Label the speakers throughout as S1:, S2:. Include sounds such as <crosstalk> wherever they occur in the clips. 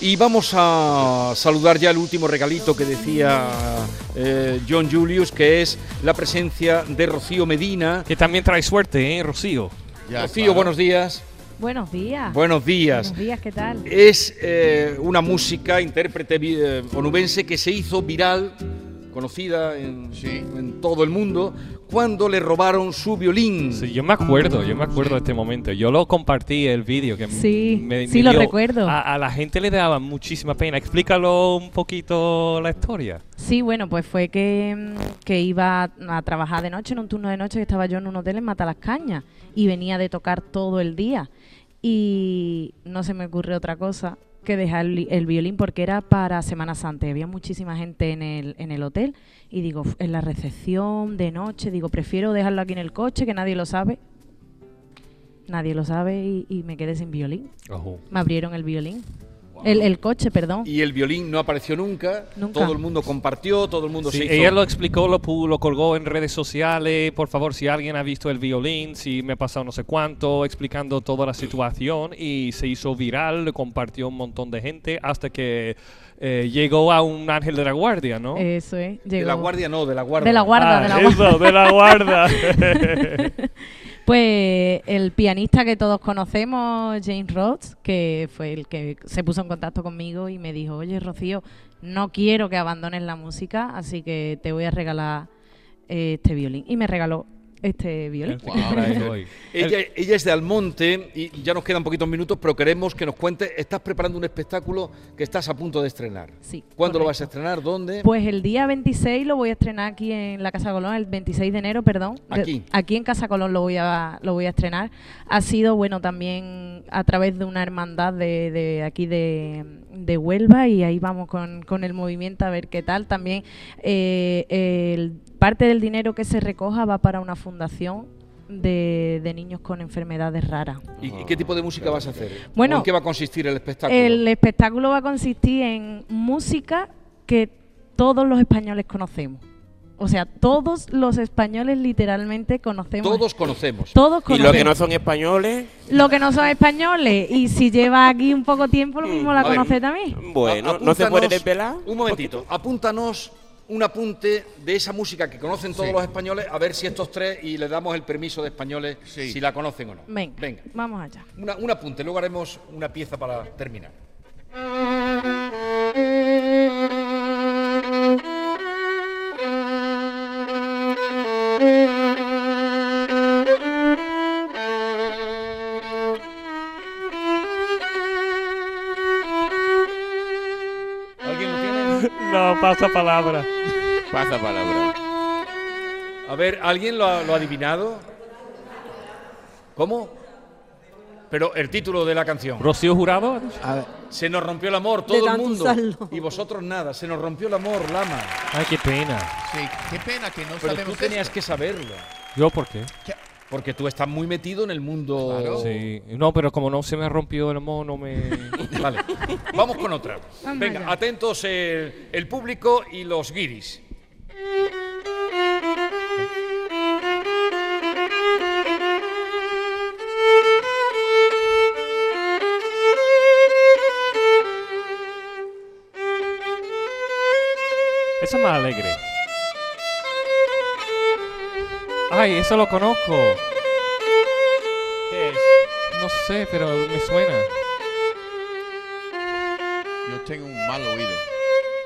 S1: Y vamos a saludar ya el último regalito que decía eh, John Julius, que es la presencia de Rocío Medina.
S2: Que también trae suerte, ¿eh, Rocío?
S1: Ya, Rocío, buenos días.
S3: Buenos días.
S1: Buenos días.
S3: Buenos días, ¿qué tal?
S1: Es eh, una música, intérprete eh, onubense, que se hizo viral, conocida en,
S4: Sí.
S1: en todo el mundo, cuando le robaron su violín.
S2: Sí, yo me acuerdo, yo me acuerdo de este momento. Yo lo compartí el vídeo que
S3: Sí, sí, lo
S2: dio-
S3: recuerdo.
S2: A, a la gente le daba muchísima pena. Explícalo un poquito la historia.
S3: Sí, bueno, pues fue que, mm, que iba a trabajar de noche, en un turno de noche, que estaba yo en un hotel en Matalascañas y venía de tocar todo el día. Y no se me ocurre otra cosa que dejar el, el violín porque era para Semana Santa. y Había muchísima gente en el, en el hotel y digo, "Uf, en la recepción de noche, digo, prefiero dejarlo aquí en el coche que nadie lo sabe. Nadie lo sabe y, y me quedé sin violín. Me abrieron el violín. El, el coche, perdón.
S1: Y el violín no apareció nunca.
S3: Nunca.
S1: Todo el mundo compartió, todo el mundo
S2: Sí,
S1: se hizo.
S2: ella lo explicó, lo, pu- lo colgó en redes sociales. Por favor, si alguien ha visto el violín, si me ha pasado no sé cuánto, explicando toda la situación y se hizo viral, lo compartió un montón de gente hasta que eh, llegó a un ángel de la guardia, ¿no?
S3: Eso es.
S1: De la
S3: llegó.
S1: guardia no, de la guardia.
S3: De la Eh, guarda,
S2: Ah,
S3: de la guarda.
S2: eso, de la guarda.
S3: <laughs>
S2: <laughs>
S3: Pues el pianista que todos conocemos, James Rhodes, que fue el que se puso en contacto conmigo y me dijo, oye Rocío, no quiero que abandones la música, así que te voy a regalar eh, este violín. Y me regaló este violín.
S1: Ella, ella es de Almonte y ya nos quedan poquitos minutos, pero queremos que nos cuentes. Estás preparando un espectáculo que estás a punto de estrenar.
S3: Sí,
S1: ¿Cuándo lo vas a
S3: correcto.
S1: estrenar? ¿Dónde?
S3: Pues el día 26 lo voy a estrenar aquí en la Casa Colón, el 26 de enero, perdón. De-
S1: Aquí.
S3: aquí en Casa Colón lo voy a lo voy a estrenar. Ha sido bueno también a través de una hermandad de, de aquí de, de Huelva y ahí vamos con, con el movimiento a ver qué tal. También eh, el- parte del dinero que se recoja va para una fundación de, de niños con enfermedades raras.
S1: ¿Y, y qué tipo de música vas a hacer?
S3: Bueno,
S1: ¿O ¿En qué va a consistir el espectáculo?
S3: El espectáculo va a consistir en música que todos los españoles conocemos. O sea, todos los españoles literalmente conocemos.
S1: Todos conocemos.
S3: Todos
S5: Y
S3: conocemos.
S5: los que no son españoles,
S3: son españoles. Y si lleva aquí un poco tiempo, lo mismo la
S1: A ver,
S3: conoce también.
S5: bueno,
S1: A-
S5: no se puede
S1: apúntanos-
S5: desvelar.
S1: Un momentito, apúntanos un apunte de esa música que conocen todos los españoles, a ver si estos tres, y le damos el permiso de españoles,
S4: Sí.
S1: si la conocen o no.
S3: Venga,
S1: Venga.
S3: vamos allá.
S1: Una- un apunte, luego haremos una pieza para terminar. ¿Alguien lo tiene?
S2: no, pasa palabra.
S5: Pasa palabra.
S1: A ver, ¿alguien lo ha, lo ha adivinado? ¿Cómo? Pero el título de la canción.
S2: Rocío Jurado.
S1: Se nos rompió el amor,
S6: De
S1: todo el
S6: tanto
S1: mundo.
S6: usarlo.
S1: Y vosotros nada, se nos rompió el amor, Lama.
S2: Ay, qué pena.
S4: Sí, qué pena que no
S1: Pero tú
S4: sabemos
S1: tenías
S4: esto.
S1: que saberlo.
S2: ¿Yo por qué?
S1: Porque tú estás muy metido en el mundo.
S4: Claro.
S2: Sí. No, pero como no se me rompió el mono, me.
S1: Vale. Vamos con otra.
S3: Vamos
S1: Venga,
S3: allá.
S1: atentos el, el público y los guiris.
S2: Eso es más alegre. Ay, eso lo conozco.
S1: ¿Qué es?
S2: No sé, pero me suena.
S4: Yo tengo un mal oído.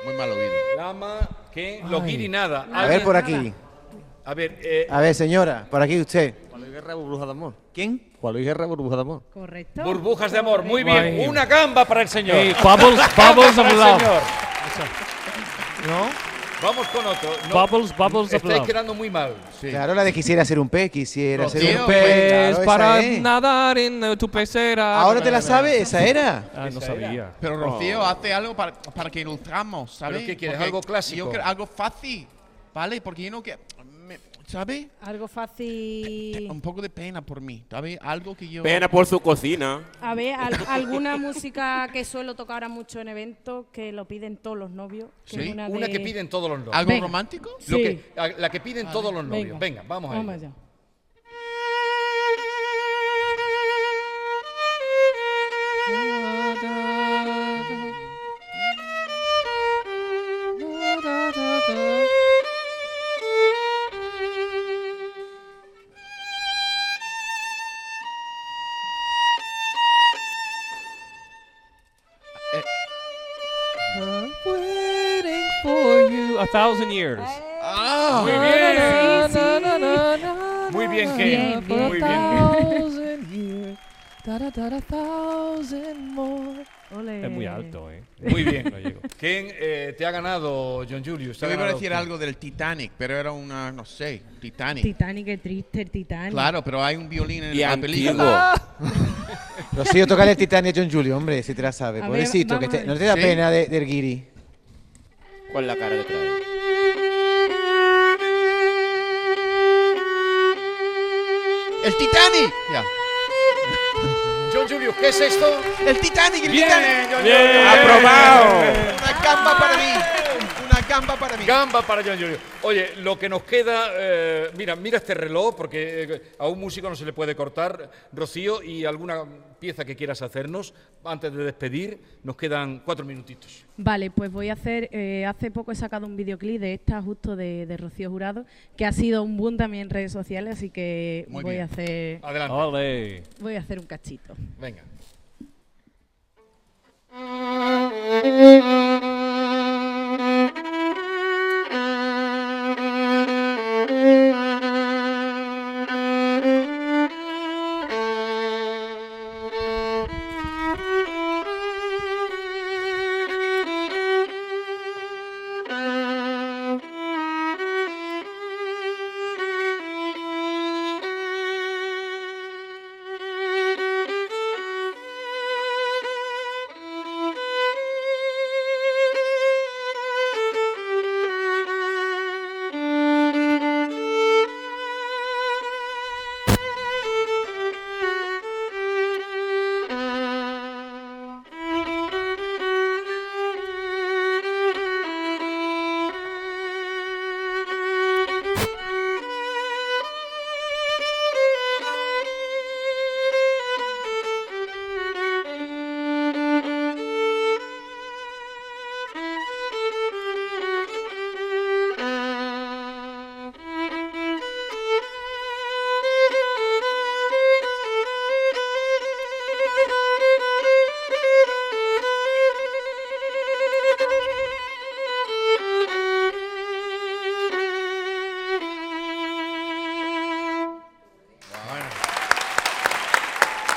S4: Muy mal oído.
S1: Lama, que los
S2: Ay.
S1: guiris nada.
S6: A ver por aquí.
S1: A ver, eh,
S6: A ver, señora, por aquí usted.
S5: ¿Quién? Juan Luis Guerra Burbuja de Amor.
S3: Correcto.
S1: burbujas de amor. Muy bien.
S2: Ay.
S1: Una gamba para el señor.
S2: Hey, bubbles, bubbles
S1: Para
S2: of
S1: el
S2: love.
S1: señor.
S2: ¿No?
S1: Vamos con otro.
S2: Bubbles, bubbles of
S1: estáis
S2: love.
S1: quedando muy mal.
S4: Sí.
S6: Claro, la de quisiera ser un pez, quisiera
S4: No,
S6: ser
S4: tío,
S6: un
S4: pues,
S6: pez.
S2: Es
S6: Claro, esa
S2: para
S6: es.
S2: nadar en eh, tu pecera.
S6: Ahora te la sabes, esa era.
S2: Ah, no sabía.
S4: Pero Rocío, hace algo para, para que ilustramos, ¿sabes?
S1: ¿Pero qué quieres,
S4: Porque
S1: algo clásico?
S4: Yo quiero algo fácil, ¿vale? Porque yo no quiero... me- ¿Sabes?
S3: Algo
S4: Te- Un
S7: fácil.
S4: poco de pena por mí, ¿sabes? Algo que yo...
S5: Pena por su cocina.
S7: A ver, al- alguna música que suelo tocar ahora mucho en eventos que lo piden todos los novios. Que
S4: Sí,
S7: es una,
S1: Una
S7: de-
S1: que piden todos los novios.
S4: ¿Algo
S3: Venga.
S4: romántico?
S1: Lo
S7: Sí.
S1: que- a- la que piden todos los novios. Venga, vamos a ello.
S7: allá.
S2: Waiting for you. A thousand years.
S3: Eh,
S2: Ah.
S1: Muy bien. Muy bien, Ken.
S3: Bien, bien.
S1: Muy bien.
S3: Ole.
S2: Es muy alto, eh.
S1: Muy
S2: <laughs>
S1: bien.
S2: No llego.
S1: Ken, eh, te ha ganado John Julius. te
S4: Yo
S1: ha
S4: iba a
S1: ganado
S4: decir
S1: Ken.
S4: algo del Titanic, pero era una, no sé, Titanic.
S3: Titanic, qué triste el Titanic.
S4: Claro, pero hay un violín en
S8: Y
S4: la
S8: antiguo.
S4: película.
S6: Pero si yo tocarle el Titanic a John Julio, hombre, si te la sabe.
S3: A ver,
S6: Pobrecito, que
S3: vamos
S6: te-
S3: a
S6: no te da
S4: ver.
S6: pena de, del guiri.
S8: ¿Cuál es la cara que trae?
S4: ¡El Titanic! Ya.
S1: John Julius, ¿qué es esto?
S4: ¡El Titanic! ¡El Titanic!
S1: John
S2: Bien.
S1: Julius.
S8: ¡Aprobado!
S4: Una gamba para mí. Una gamba para mí.
S1: Gamba para John Julius. Oye, lo que nos queda, eh, mira, mira este reloj, porque eh, a un músico no se le puede cortar. Rocío, y alguna pieza que quieras hacernos, antes de despedir, nos quedan cuatro minutitos.
S7: Vale, pues voy a hacer. eh, hace poco he sacado un videoclip de esta, justo de, de Rocío Jurado, que ha sido un boom también en redes sociales, así que
S4: Muy
S7: voy
S4: bien.
S7: a hacer.
S1: Adelante.
S2: Ole.
S7: Voy a hacer un cachito.
S1: Venga.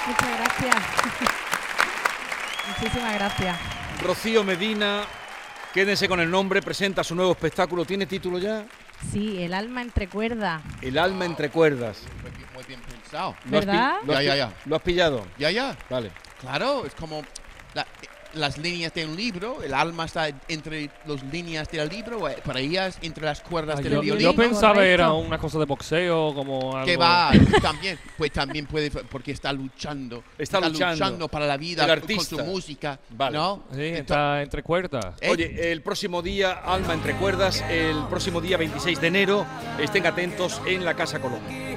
S7: Muchas gracias. <laughs> Muchísimas gracias.
S1: Rocío Medina, quédense con el nombre, presenta su nuevo espectáculo. ¿Tiene título ya?
S3: Sí, el alma entre cuerdas.
S1: El alma entre cuerdas.
S4: Muy bien, muy bien pensado.
S1: ¿Lo has pi-
S3: ¿Verdad?
S1: lo has
S4: Ya, ya,
S1: pi-
S4: ya.
S1: ¿Lo has pillado?
S4: Ya, ya.
S1: Vale.
S4: Claro, es como la- las líneas de un libro. El alma está entre las líneas del libro. eh, Para ellas, entre las cuerdas
S2: Ah,
S4: del
S2: yo, yo
S4: violín.
S2: pensaba
S3: Correcto.
S2: era una cosa de boxeo, como algo.
S4: que va también pues también puede porque está luchando
S1: Está luchando.
S4: para la vida
S1: El
S4: con su
S1: artista.
S4: música
S1: Vale.
S4: no
S2: Sí,
S4: Ento-
S2: está entre cuerdas.
S4: Eh,
S1: Oye, el próximo día, Alma entre cuerdas, el próximo día 26 de enero, estén atentos en la Casa Colón.